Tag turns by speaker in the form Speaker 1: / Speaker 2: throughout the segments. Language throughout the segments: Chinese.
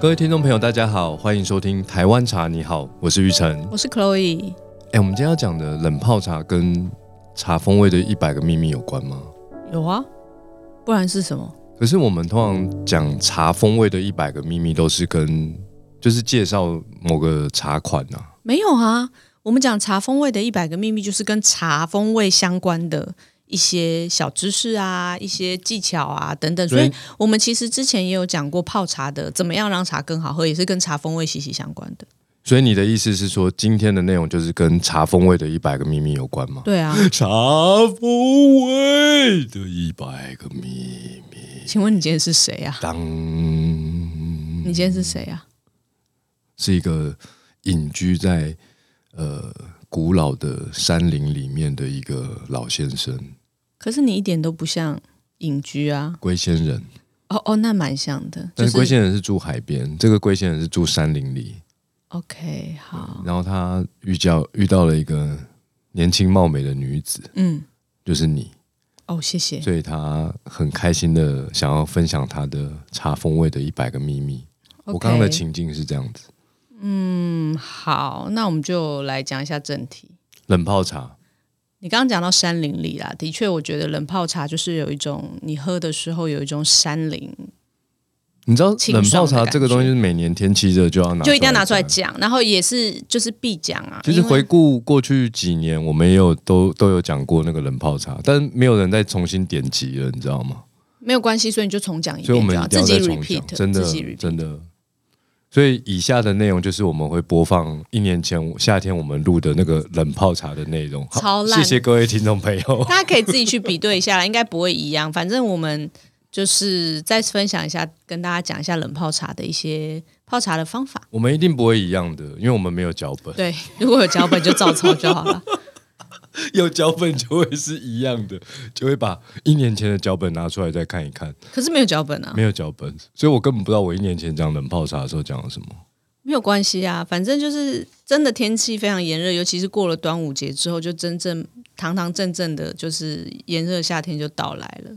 Speaker 1: 各位听众朋友，大家好，欢迎收听《台湾茶》，你好，我是玉成。
Speaker 2: 我是 Chloe，
Speaker 1: 哎，我们今天要讲的冷泡茶跟茶风味的一百个秘密有关吗？
Speaker 2: 有啊，不然是什么？
Speaker 1: 可是我们通常讲茶风味的一百个秘密，都是跟就是介绍某个茶款呐、
Speaker 2: 没有啊。我们讲茶风味的一百个秘密，就是跟茶风味相关的一些小知识啊、一些技巧啊等等。所以
Speaker 1: 对
Speaker 2: 我们其实之前也有讲过泡茶的怎么样让茶更好喝，也是跟茶风味息息相关的。
Speaker 1: 所以你的意思是说，今天的内容就是跟茶风味的一百个秘密有关吗？
Speaker 2: 对啊，
Speaker 1: 茶风味的一百个秘密，
Speaker 2: 请问你今天是谁啊？
Speaker 1: 当
Speaker 2: 你今天是谁啊？
Speaker 1: 是一个隐居在呃古老的山林里面的一个老先生，
Speaker 2: 可是你一点都不像隐居啊。
Speaker 1: 龟仙人。
Speaker 2: 哦哦，那蛮像的，就
Speaker 1: 但是
Speaker 2: 是
Speaker 1: 龟仙人是住海边，这个龟仙人是住山林里。
Speaker 2: OK 好，
Speaker 1: 然后他遇到遇到了一个年轻貌美的女子，
Speaker 2: 嗯，
Speaker 1: 就是你，
Speaker 2: 哦，谢谢。
Speaker 1: 所以他很开心的想要分享他的茶风味的一百个秘密。我刚刚的
Speaker 2: OK
Speaker 1: 情境是这样子：
Speaker 2: 嗯，好，那我们就来讲一下正题。
Speaker 1: 冷泡茶，
Speaker 2: 你刚刚讲到山林里啦，的确，我觉得冷泡茶就是有一种你喝的时候有一种山林，
Speaker 1: 你知道
Speaker 2: 清
Speaker 1: 冷泡
Speaker 2: 爽的
Speaker 1: 茶
Speaker 2: 感
Speaker 1: 这个东西，是每年天气热就要拿，
Speaker 2: 就一定要拿出来。讲，然后也是就是必讲啊。
Speaker 1: 其实
Speaker 2: 因为
Speaker 1: 回顾过去几年，我们也有都都有讲过那个冷泡茶，但没有人再重新点击了，你知道吗？
Speaker 2: 没有关系，所以你就重讲一
Speaker 1: 所以我
Speaker 2: 遍
Speaker 1: 们
Speaker 2: 就
Speaker 1: 一定
Speaker 2: 好，自
Speaker 1: 要
Speaker 2: 己
Speaker 1: 再重讲，
Speaker 2: repeat，
Speaker 1: 真的
Speaker 2: 自己 repeat。
Speaker 1: 真的。所以以下的内容就是我们会播放一年前夏天我们录的那个冷泡茶的内容。好
Speaker 2: 超烂
Speaker 1: 谢谢各位听众朋友。
Speaker 2: 大家可以自己去比对一下啦，应该不会一样。反正我们就是再分享一下，跟大家讲一下冷泡茶的一些泡茶的方法。
Speaker 1: 我们一定不会一样的，因为我们没有脚本。
Speaker 2: 对，如果有脚本就照抄就 好了。
Speaker 1: 有脚本就会是一样的，就会把一年前的脚本拿出来再看一看。
Speaker 2: 可是没有脚本啊，
Speaker 1: 没有脚本，所以我根本不知道我一年前讲冷泡茶的时候讲了什么。
Speaker 2: 没有关系啊，反正就是真的天气非常炎热，尤其是过了端午节之后，就真正堂堂正正的，就是炎热夏天就到来了。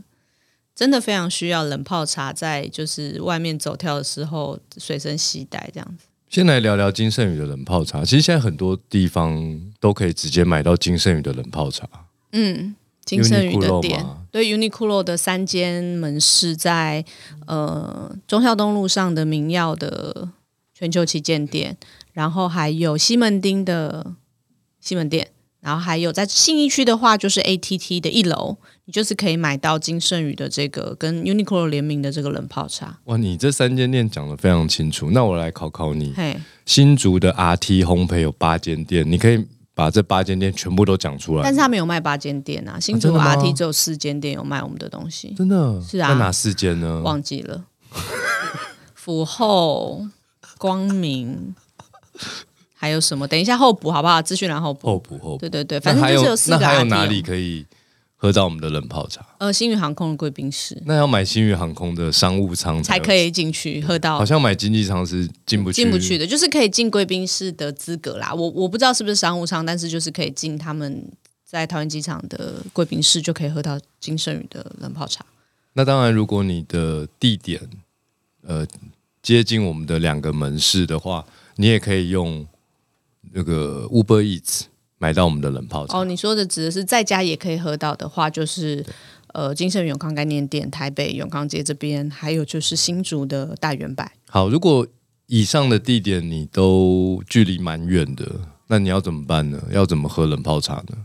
Speaker 2: 真的非常需要冷泡茶，在就是外面走跳的时候随身携带这样子。
Speaker 1: 先来聊聊金圣宇的冷泡茶。其实现在很多地方都可以直接买到金圣宇的冷泡茶。
Speaker 2: 嗯，金圣宇的
Speaker 1: Uniqlo
Speaker 2: 店
Speaker 1: 吗
Speaker 2: 对 Uniqlo 的三间门市在呃忠孝东路上的明耀的全球旗舰店，然后还有西门町的西门店，然后还有在信义区的话，就是 ATT 的一楼，你就是可以买到金圣宇的这个跟 Uniqlo 联名的这个冷泡茶。
Speaker 1: 哇，你这三间店讲的非常清楚。那我来考考你，
Speaker 2: 嘿，
Speaker 1: 新竹的 RT 烘焙有八间店，你可以把这八间店全部都讲出来。
Speaker 2: 但是他们有卖八间店啊，新
Speaker 1: 真
Speaker 2: 竹
Speaker 1: 的吗
Speaker 2: RT 只有四间店有卖我们的东西，
Speaker 1: 真的
Speaker 2: 是啊
Speaker 1: 那哪四间呢？
Speaker 2: 忘记了， 府后、光明，还有什么？等一下后补好不好？资讯栏后补。
Speaker 1: 后埔后埔
Speaker 2: 对，对对，
Speaker 1: 那
Speaker 2: 反正
Speaker 1: 还
Speaker 2: 就是
Speaker 1: 有
Speaker 2: 四
Speaker 1: 那
Speaker 2: 个啊
Speaker 1: 还有
Speaker 2: RTO
Speaker 1: 哪里？可以喝到我们的冷泡茶？
Speaker 2: 呃，星宇航空的贵宾室
Speaker 1: 那要买新宇航空的商务舱
Speaker 2: 才
Speaker 1: 有
Speaker 2: 可，以进去喝到
Speaker 1: 好像买经济舱是进不去，
Speaker 2: 进不去的，就是可以进贵宾室的资格啦。我我不知道是不是商务舱，但是就是可以进他们在桃园机场的贵宾室，就可以喝到金圣宇的冷泡茶。
Speaker 1: 那当然，如果你的地点呃接近我们的两个门市的话，你也可以用那个 Uber Eats 买到我们的冷泡茶。
Speaker 2: 哦，你说的指的是在家也可以喝到的话，就是呃金盛永康概念店、台北永康街这边，还有就是新竹的大圆柏。
Speaker 1: 好，如果以上的地点你都距离蛮远的，那你要怎么办呢？要怎么喝冷泡茶呢？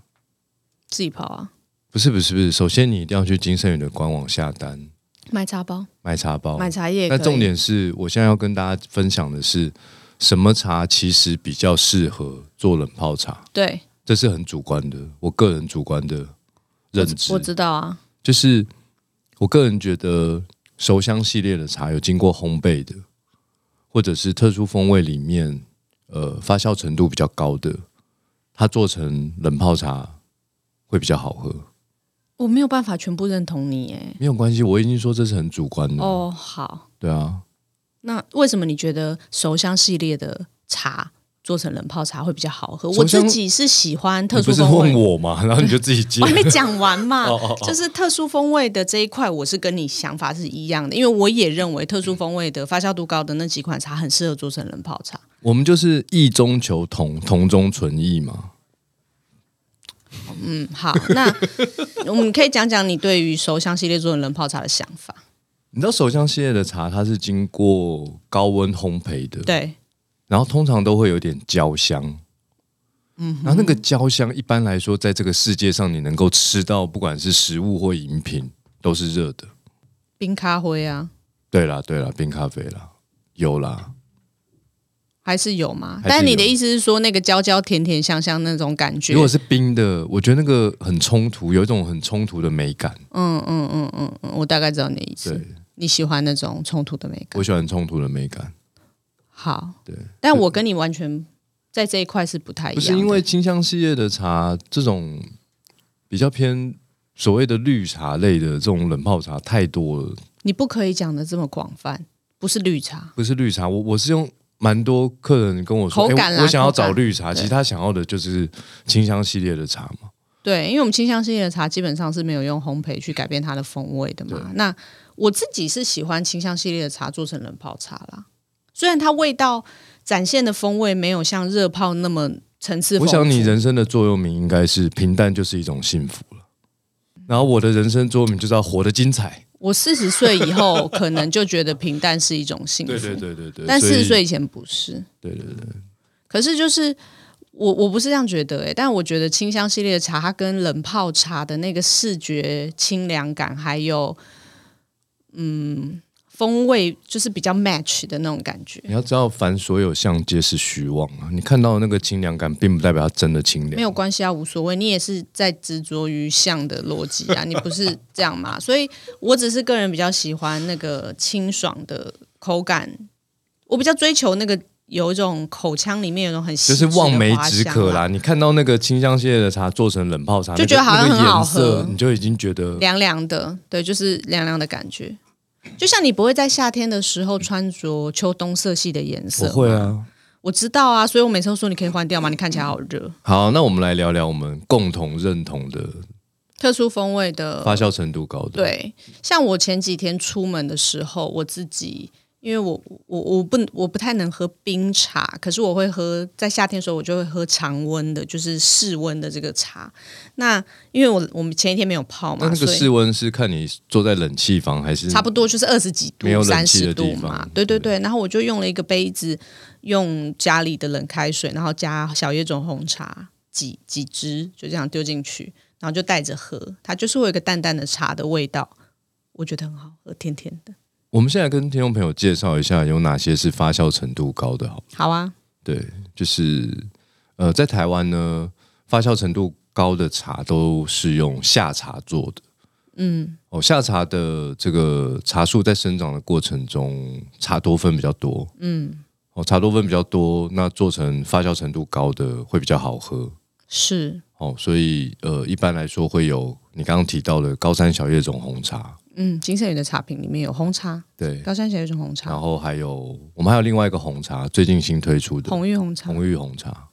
Speaker 2: 自己泡啊，
Speaker 1: 不是不是不是，首先你一定要去金盛宇的官网下单
Speaker 2: 买茶包、
Speaker 1: 买茶包。
Speaker 2: 买茶叶也可
Speaker 1: 哦那
Speaker 2: 以。
Speaker 1: 重点是我现在要跟大家分享的是，什么茶其实比较适合做冷泡茶。
Speaker 2: 对，
Speaker 1: 这是很主观的，我个人主观的认知
Speaker 2: 我，知道啊。
Speaker 1: 就是我个人觉得熟香系列的茶有经过烘焙的，或者是特殊风味里面，呃，发酵程度比较高的，它做成冷泡茶会比较好喝。
Speaker 2: 我没有办法全部认同你耶。
Speaker 1: 没有关系，我已经说这是很主观的，
Speaker 2: 哦，好，
Speaker 1: 对啊，
Speaker 2: 那为什么你觉得熟香系列的茶做成冷泡茶会比较好喝。我
Speaker 1: 首先
Speaker 2: 自己是喜欢特
Speaker 1: 你
Speaker 2: 殊
Speaker 1: 不是
Speaker 2: 风
Speaker 1: 问
Speaker 2: 味。
Speaker 1: 我嘛，然后你就自己接
Speaker 2: 我。还没讲完嘛
Speaker 1: 哦哦哦，
Speaker 2: 就是特殊风味的这一块，我是跟你想法是一样的，因为我也认为特殊风味的发酵度高的那几款茶很适合做成冷泡茶。
Speaker 1: 我们就是意中求同，同中存异嘛。
Speaker 2: 嗯，好， 那我们可以讲讲你对于熟香系列做成冷泡茶的想法。
Speaker 1: 你知道手香系列的茶，它是经过高温烘焙的，
Speaker 2: 对，
Speaker 1: 然后通常都会有点焦香。嗯，然后那个焦香一般来说，在这个世界上你能够吃到，不管是食物或饮品，都是热的。
Speaker 2: 冰咖啡啊，
Speaker 1: 对啦，对啦，冰咖啡啦，有啦，
Speaker 2: 还是有嘛？
Speaker 1: 还是有
Speaker 2: 但你的意思是说，那个焦焦甜甜香香那种感觉
Speaker 1: 如？果是冰的，我觉得那个很冲突，有一种很冲突的美感。
Speaker 2: 嗯嗯嗯嗯嗯，我大概知道你的意思。
Speaker 1: 对，
Speaker 2: 你喜欢那种冲突的美感。
Speaker 1: 我喜欢冲突的美感，
Speaker 2: 好，
Speaker 1: 对。
Speaker 2: 但我跟你完全在这一块是不太一样
Speaker 1: 不
Speaker 2: 的。
Speaker 1: 是因为清香系列的茶这种比较偏所谓的绿茶类的这种冷泡茶太多了，
Speaker 2: 你不可以讲的这么广泛，不是绿茶。
Speaker 1: 不是绿茶，我我是用蛮多客人跟我说，
Speaker 2: 口感
Speaker 1: 诶
Speaker 2: 啦
Speaker 1: 我我想要
Speaker 2: 口感
Speaker 1: 找绿茶，
Speaker 2: 对
Speaker 1: 其实他想要的就是清香系列的茶嘛。
Speaker 2: 对，因为我们清香系列的茶基本上是没有用烘焙去改变它的风味的嘛。那我自己是喜欢清香系列的茶做成冷泡茶啦，虽然它味道展现的风味没有像热泡那么层次
Speaker 1: 我
Speaker 2: 丰富。
Speaker 1: 想你人生的座右铭应该是平淡就是一种幸福了，然后我的人生座右铭就是要活得精彩。
Speaker 2: 我四十岁以后可能就觉得平淡是一种幸福，
Speaker 1: 对对对对对，
Speaker 2: 但
Speaker 1: 所
Speaker 2: 四
Speaker 1: 以
Speaker 2: 十岁以前不是。
Speaker 1: 对对对，
Speaker 2: 可是就是我我不是这样觉得诶、但我觉得清香系列的茶，它跟冷泡茶的那个视觉清凉感，还有嗯风味，就是比较 match 的那种感觉。
Speaker 1: 你要知道，凡所有相皆是虚妄啊！你看到的那个清凉感，并不代表它真的清凉。
Speaker 2: 没有关系啊，无所谓。你也是在执着于像的逻辑 啊，你不是这样嘛？所以我只是个人比较喜欢那个清爽的口感，我比较追求那个有一种口腔里面有一种很细
Speaker 1: 就
Speaker 2: 致的
Speaker 1: 是望梅
Speaker 2: 花
Speaker 1: 止
Speaker 2: 香
Speaker 1: 渴
Speaker 2: 啊，
Speaker 1: 啦。你看到那个清香系列的茶做成冷泡茶，
Speaker 2: 就觉得
Speaker 1: 那个
Speaker 2: 好像
Speaker 1: 那个
Speaker 2: 很好
Speaker 1: 颜色
Speaker 2: 喝
Speaker 1: 你就已经觉得
Speaker 2: 凉凉的，对，就是凉凉的感觉。就像你不会在夏天的时候穿着秋冬色系的颜色，
Speaker 1: 我会，啊。
Speaker 2: 我知道啊，所以我每次都说你可以换掉嘛，你看起来好热。
Speaker 1: 好，那我们来聊聊我们共同认同的
Speaker 2: 特殊风味的
Speaker 1: 发酵程度高的。，
Speaker 2: 对，像我前几天出门的时候，我自己因为我我我不我不太能喝冰茶，可是我会喝，在夏天的时候我就会喝常温的，就是室温的这个茶。那因为我我们前一天没有泡
Speaker 1: 那
Speaker 2: 嘛，
Speaker 1: 那个
Speaker 2: 所
Speaker 1: 室
Speaker 2: 以
Speaker 1: 温是看你坐在冷气房还是
Speaker 2: 差不多就是二十几
Speaker 1: 嗯没有
Speaker 2: 度、
Speaker 1: 冷
Speaker 2: 三
Speaker 1: 气
Speaker 2: 十
Speaker 1: 的地
Speaker 2: 度
Speaker 1: 方
Speaker 2: 嘛。对对对，然后我就用了一个杯子，用家里的冷开水，然后加小叶种红茶几几支，就这样丢进去，然后就带着喝，它就是会有一个淡淡的茶的味道。我觉得很好喝，甜甜的。
Speaker 1: 我们现在跟听众朋友介绍一下有哪些是发酵程度高的，好了。
Speaker 2: 好啊，
Speaker 1: 对，就是呃，在台湾呢，发酵程度高的茶都是用夏茶做的。嗯，哦，夏茶的这个茶树在生长的过程中，茶多酚比较多。嗯，哦，茶多酚比较多，那做成发酵程度高的会比较好喝。
Speaker 2: 是，
Speaker 1: 哦，所以呃，一般来说会有你刚刚提到的高山小叶种红茶，
Speaker 2: 嗯，金圣宇的茶品里面有红茶，
Speaker 1: 对，
Speaker 2: 高山小有一种红
Speaker 1: 然
Speaker 2: 茶，
Speaker 1: 后还有我们还有另外一个红茶，最近新推出的
Speaker 2: 红玉红茶，
Speaker 1: 红玉红茶，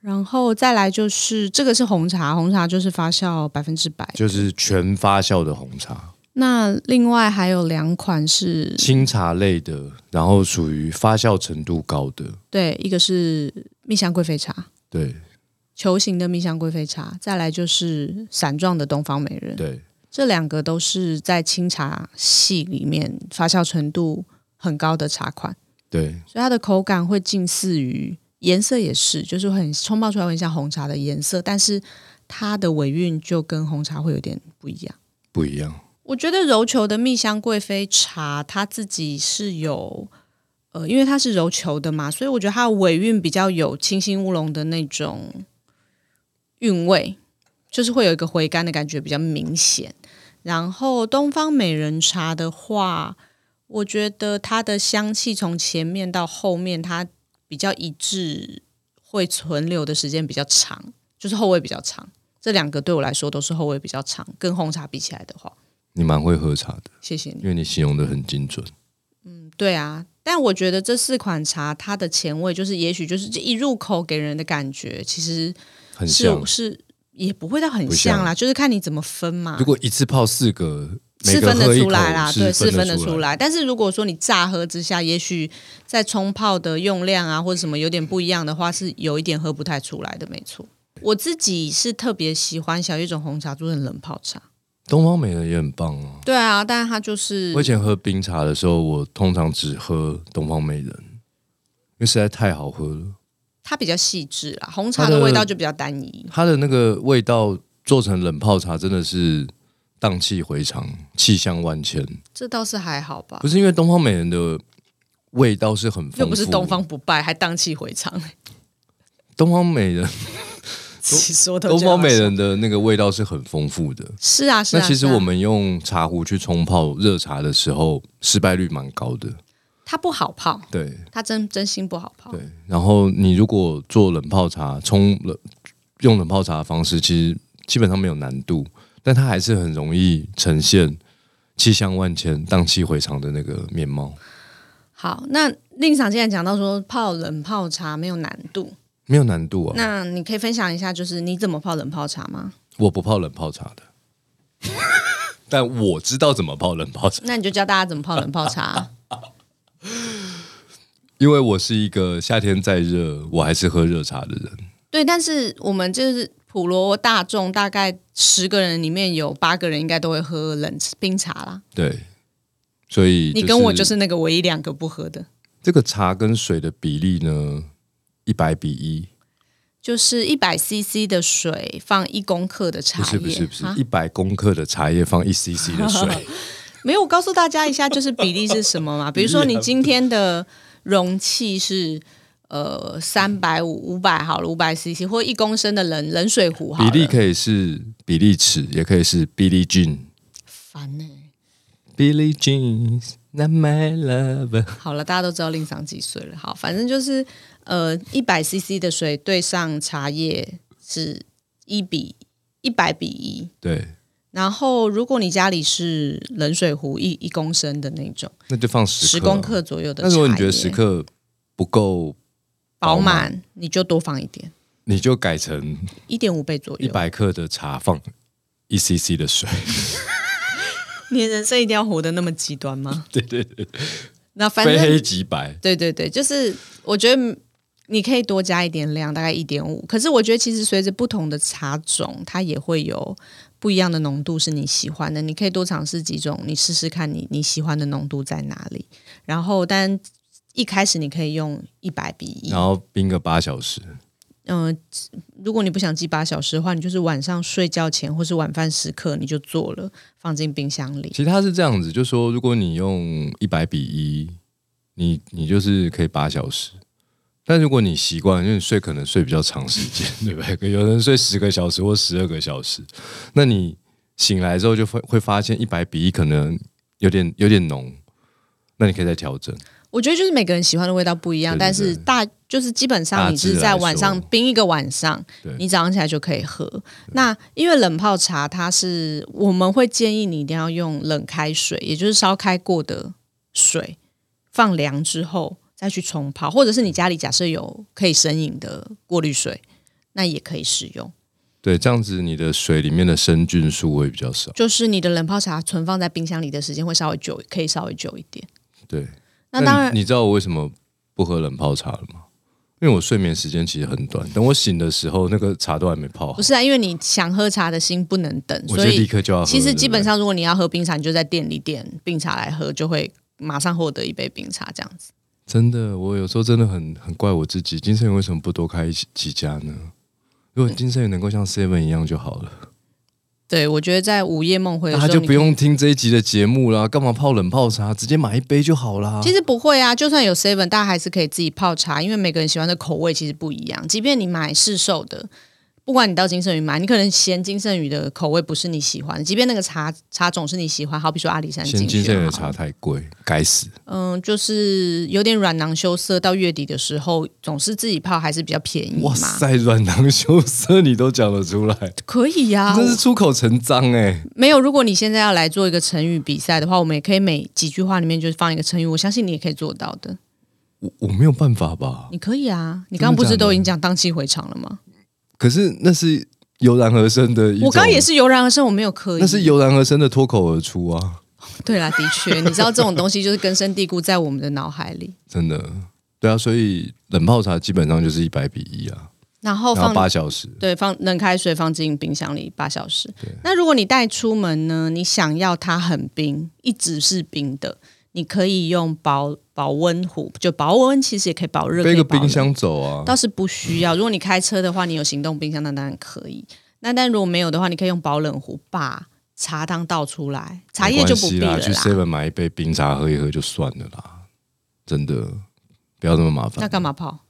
Speaker 2: 然后再来就是这个是红茶，红茶就是发酵百分之百。
Speaker 1: 就是全发酵的红茶。
Speaker 2: 那另外还有两款是，
Speaker 1: 清茶类的，然后属于发酵程度高的，
Speaker 2: 对，一个是蜜香贵妃茶，
Speaker 1: 对
Speaker 2: 球形的蜜香贵妃茶，再来就是伞状的东方美人，
Speaker 1: 对，
Speaker 2: 这两个都是在清茶系里面发酵程度很高的茶款。
Speaker 1: 对，
Speaker 2: 所以它的口感会近似于颜色也是，就是很冲泡出来会很像红茶的颜色，但是它的尾韵就跟红茶会有点不一样。
Speaker 1: 不一样。
Speaker 2: 我觉得柔蔻的蜜香贵妃茶，它自己是有，呃，因为它是柔蔻的嘛，所以我觉得它的尾韵比较有清新乌龙的那种韵味，就是会有一个回甘的感觉比较明显。然后东方美人茶的话，我觉得它的香气从前面到后面，它比较一致，会存留的时间比较长，就是后味比较长。这两个对我来说都是后味比较长，跟红茶比起来的话。
Speaker 1: 你蛮会喝茶的，
Speaker 2: 谢谢你。
Speaker 1: 因为你形容的很精准。
Speaker 2: 嗯对啊，但我觉得这四款茶它的前味就是，也许就是这一入口给人的感觉，其实
Speaker 1: 很
Speaker 2: 是
Speaker 1: 像。
Speaker 2: 是也不会到很
Speaker 1: 不像
Speaker 2: 像啦，就是看你怎么分嘛
Speaker 1: 如。果一次泡四个，每
Speaker 2: 是
Speaker 1: 个
Speaker 2: 分
Speaker 1: 喝
Speaker 2: 得
Speaker 1: 一
Speaker 2: 出
Speaker 1: 口
Speaker 2: 来啦，对，是
Speaker 1: 分
Speaker 2: 分得出
Speaker 1: 来。
Speaker 2: 来。但是如果说你乍喝之下，也许在冲泡的用量啊或者什么有点不一样的话，是有一点喝不太出来的，没错。我自己是特别喜欢小一种红茶做成冷泡茶，
Speaker 1: 东方美人也很棒啊。
Speaker 2: 对啊，但是它就是
Speaker 1: 我以前喝冰茶的时候，我通常只喝东方美人，因为实在太好喝了。
Speaker 2: 它比较细致啦，红
Speaker 1: 它
Speaker 2: 茶
Speaker 1: 的
Speaker 2: 的味道就比较单一。
Speaker 1: 它的那个味道做成冷泡茶真的是荡气回肠，气象万千。
Speaker 2: 这倒是还好吧
Speaker 1: 不，是因为东方美人的味道是很丰富，
Speaker 2: 又不是东方不败，还荡气回 肠。
Speaker 1: 东方美人，
Speaker 2: 自己说的，
Speaker 1: 东方美人的那个味道是很丰富的。
Speaker 2: 是啊，是
Speaker 1: 那
Speaker 2: 啊。
Speaker 1: 其实
Speaker 2: 是啊
Speaker 1: 我们用茶壶去冲泡热茶的时候，失败率蛮高的。
Speaker 2: 它不好泡，
Speaker 1: 对
Speaker 2: 它真真心不好泡
Speaker 1: 对。，然后你如果做冷泡茶，冲冷用冷泡茶的方式，其实基本上没有难度，但它还是很容易呈现气象万千、荡气回肠的那个面貌。
Speaker 2: 好，那令赏既然讲到说泡冷泡茶没有难度，
Speaker 1: 没有难度啊！
Speaker 2: 那你可以分享一下，就是你怎么泡冷泡茶吗？
Speaker 1: 我不泡冷泡茶的， 但我知道怎么泡冷泡茶。
Speaker 2: 那你就教大家怎么泡冷泡茶 啊。
Speaker 1: 因为我是一个夏天再热，我还是喝热茶的人。
Speaker 2: 对，但是我们就是普罗大众，大概十个人里面有八个人应该都会喝冷冰茶啦。
Speaker 1: 对，所以、
Speaker 2: 你跟我就是那个唯一两个不喝的，
Speaker 1: 这个茶跟水的比例呢，一百比一，
Speaker 2: 就是一百 CC 的水放一公克的茶
Speaker 1: 不
Speaker 2: 叶，
Speaker 1: 是不是不是
Speaker 2: 啊，
Speaker 1: 一百公克的茶叶放一 CC 的 水，
Speaker 2: 没有，我告诉大家一下，就是比例是什 么嘛？比如说，你今天的容器是呃三百五、五百好了，五百 CC 或一公升的冷冷水壶好
Speaker 1: 比
Speaker 2: 了。
Speaker 1: 例可以是比例尺，也可以是 Billy Jean。
Speaker 2: 烦欸呢、
Speaker 1: Billy Jeans, not my love。
Speaker 2: 好了，大家都知道令赏几岁了。好，反正就是呃一百 CC 的水兑上茶叶是一比一百比一。
Speaker 1: 对，
Speaker 2: 然后，如果你家里是冷水壶一一公升的那种，
Speaker 1: 那就放十
Speaker 2: 十
Speaker 1: 克啊
Speaker 2: 公。克左右的茶
Speaker 1: 那如
Speaker 2: 叶，
Speaker 1: 果你觉得十克不够，
Speaker 2: 饱
Speaker 1: 饱满
Speaker 2: 满，你就多放一点，
Speaker 1: 你就改成
Speaker 2: 一点五倍左
Speaker 1: 一
Speaker 2: 右。
Speaker 1: 百克的茶放一 CC 的水。
Speaker 2: 你的人生一定要活得那么极端吗？
Speaker 1: 对对对，
Speaker 2: 那反
Speaker 1: 非黑
Speaker 2: 正
Speaker 1: 即白。
Speaker 2: 对对对，就是我觉得你可以多加一点量，大概一点五。可是我觉得其实随着不同的茶种，它也会有不一样的浓度是你喜欢的。你可以多尝试几种，你试试看你你喜欢的浓度在哪里。然后，但一开始你可以用一百比一
Speaker 1: 然。后冰个八小时，
Speaker 2: 嗯、如果你不想记八小时的话，你就是晚上睡觉前或是晚饭时刻你就做了，放进冰箱里。
Speaker 1: 其实它是这样子，就说如果你用一百比一，你你就是可以八小时。但如果你习惯，因为你睡可能睡比较长时间，对不对？有人睡十个小时或十二个小时，那你醒来之后就会会发现一百比一可能有点有点浓，那你可以再调整。
Speaker 2: 我觉得就是每个人喜欢的味道不一样，
Speaker 1: 对对
Speaker 2: 但是大就是基本上你是在
Speaker 1: 大
Speaker 2: 晚
Speaker 1: 致
Speaker 2: 上
Speaker 1: 来说
Speaker 2: 冰一个晚上
Speaker 1: 对，
Speaker 2: 你早上起来就可以喝。那因为冷泡茶，它是我们会建议你一定要用冷开水，也就是烧开过的水，放凉之后再去冲泡，或者是你家里假设有可以生饮的过滤水，那也可以使用。
Speaker 1: 对，这样子你的水里面的生菌数会比较少。
Speaker 2: 就是你的冷泡茶存放在冰箱里的时间会稍微久，可以稍微久一点。
Speaker 1: 对，
Speaker 2: 那当然
Speaker 1: 你，你知道我为什么不喝冷泡茶了吗？因为我睡眠时间其实很短，等我醒的时候，那个茶都还没泡好
Speaker 2: 不。是啊，因为你想喝茶的心不能等，
Speaker 1: 我就
Speaker 2: 所
Speaker 1: 立
Speaker 2: 以
Speaker 1: 刻就要喝。
Speaker 2: 其实基本
Speaker 1: 对
Speaker 2: 上如果你要喝冰茶，你就在店里点冰茶来喝，就会马上获得一杯冰茶这样子。
Speaker 1: 不对真的，我有时候真的很很怪我自己，金盛园为什么不多开几几家呢？如果金盛园能够像 Seven 一样就好了，
Speaker 2: 对，我觉得在午夜梦回
Speaker 1: 那
Speaker 2: 的时
Speaker 1: 他
Speaker 2: 候，
Speaker 1: 就
Speaker 2: 你
Speaker 1: 不用听这一集的节目啦，干嘛泡冷泡茶？直接买一杯就好啦。
Speaker 2: 其实不会啊，就算有 seven，大家还是可以自己泡茶，因为每个人喜欢的口味其实不一样。即便你买市售的，不管你到金圣宇买，你可能嫌金圣宇的口味不是你喜欢，即便那个茶茶种是你喜欢，好比说阿里山
Speaker 1: 现在
Speaker 2: 金
Speaker 1: 金
Speaker 2: 萱
Speaker 1: 圣宇的
Speaker 2: 好
Speaker 1: 茶
Speaker 2: 了
Speaker 1: 太贵，该死。
Speaker 2: 嗯，就是有点软囊羞涩，到月底的时候总是自己泡还是比较便宜
Speaker 1: 哇
Speaker 2: 嘛，
Speaker 1: 塞，软囊羞涩你都讲得出来，
Speaker 2: 可以呀、
Speaker 1: 真是出口成章哎！
Speaker 2: 没有，如果你现在要来做一个成语比赛的话，我们也可以每几句话里面就放一个成语，我相信你也可以做到的。
Speaker 1: 我我没有办法吧？
Speaker 2: 你可以啊，你
Speaker 1: 真的
Speaker 2: 刚刚不
Speaker 1: 假
Speaker 2: 是
Speaker 1: 的
Speaker 2: 都已经讲荡气回肠了吗？
Speaker 1: 可是那是油然而生的一种，
Speaker 2: 嗯我刚刚也，是油然而生，我没有刻意。
Speaker 1: 那是油然而生的脱口而出啊！
Speaker 2: 对啦，的确，你知道这种东西就是根深蒂固在我们的脑海里，
Speaker 1: 真的，对啊，所以冷泡茶基本上就是一百比一啊，
Speaker 2: 然
Speaker 1: 然后
Speaker 2: 后哦放
Speaker 1: 八小时，
Speaker 2: 对，放冷开水放进冰箱里八小时。那如果你带出门呢，你想要它很冰，一直是冰的，你可以用保保温壶，就保温其实也可以保热，
Speaker 1: 背个
Speaker 2: 可以保冷
Speaker 1: 冰箱走啊，
Speaker 2: 倒是不需要。如果你开车的话，你有行动冰箱，那当然可以。那但如果没有的话，你可以用保冷壶把茶汤倒出来，茶叶就不必
Speaker 1: 没
Speaker 2: 了
Speaker 1: 关系啦。去
Speaker 2: 啦。
Speaker 1: seven 买一杯冰茶喝一喝就算了啦，真的不要那么麻烦。
Speaker 2: 那干嘛泡？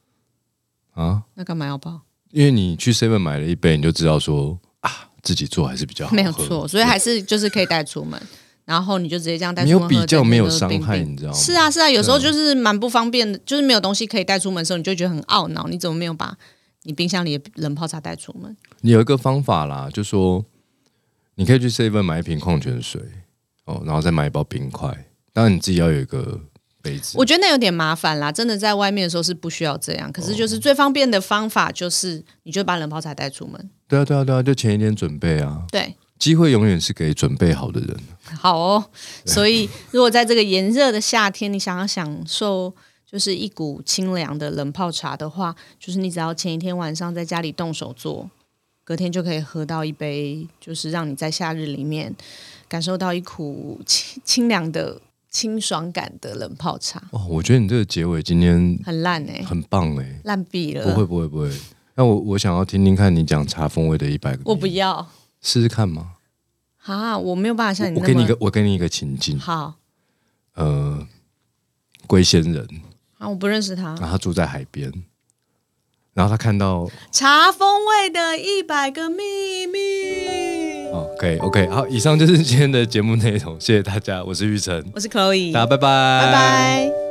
Speaker 1: 啊？
Speaker 2: 那干嘛要泡？
Speaker 1: 因为你去 seven 买了一杯，你就知道说啊，自己做还是比较好喝。
Speaker 2: 没有错，所以还是就是可以带出门，然后你就直接这样带出
Speaker 1: 没有
Speaker 2: 门喝。
Speaker 1: 比较，
Speaker 2: 整天
Speaker 1: 没有
Speaker 2: 都是
Speaker 1: 伤
Speaker 2: 冰
Speaker 1: 害，
Speaker 2: 冰
Speaker 1: 你知道吗？嗯
Speaker 2: 是啊，是啊，有时候
Speaker 1: 对
Speaker 2: 就是蛮不方便的，就是没有东西可以带出门的时候，你就觉得很懊恼，你怎么没有把你冰箱里的冷泡茶带出门？
Speaker 1: 你有一个方法啦，就说你可以去 seven 买一瓶矿泉水哦，然后再买一包冰块。当然你自己要有一个杯子。
Speaker 2: 我觉得那有点麻烦啦，真的在外面的时候是不需要这样，可是
Speaker 1: 哦
Speaker 2: 就是最方便的方法就是，你就把冷泡茶带出门。
Speaker 1: 对啊，对啊，对啊，就前一天准备啊。
Speaker 2: 对，
Speaker 1: 机会永远是给准备好的人。
Speaker 2: 好哦。所以如果在这个炎热的夏天，你想要享受就是一股清凉的冷泡茶的话，就是你只要前一天晚上在家里动手做，隔天就可以喝到一杯，就是让你在夏日里面感受到一股清清凉的清爽感的冷泡茶，
Speaker 1: 哦，我觉得你这个结尾今天
Speaker 2: 很烂哎、啊
Speaker 1: 很棒哎、
Speaker 2: 烂毙了。
Speaker 1: 不会，不会，不会。那我我想要听听看你讲茶风味的一百个，
Speaker 2: 我不要。
Speaker 1: 试试看吗？
Speaker 2: 啊，我没有办法像你
Speaker 1: 我我
Speaker 2: 那么
Speaker 1: 给你一个，我给你一个情境，
Speaker 2: 好
Speaker 1: 呃，龟仙人，
Speaker 2: 啊，我不认识他。
Speaker 1: 然后他住在海边，然后他看到
Speaker 2: 茶风味的一百个秘密。
Speaker 1: 哦，可以，OK，好，以上就是今天的节目内容，谢谢大家，我是玉成，
Speaker 2: 我是 Chloe，
Speaker 1: 大家拜拜，
Speaker 2: 拜拜。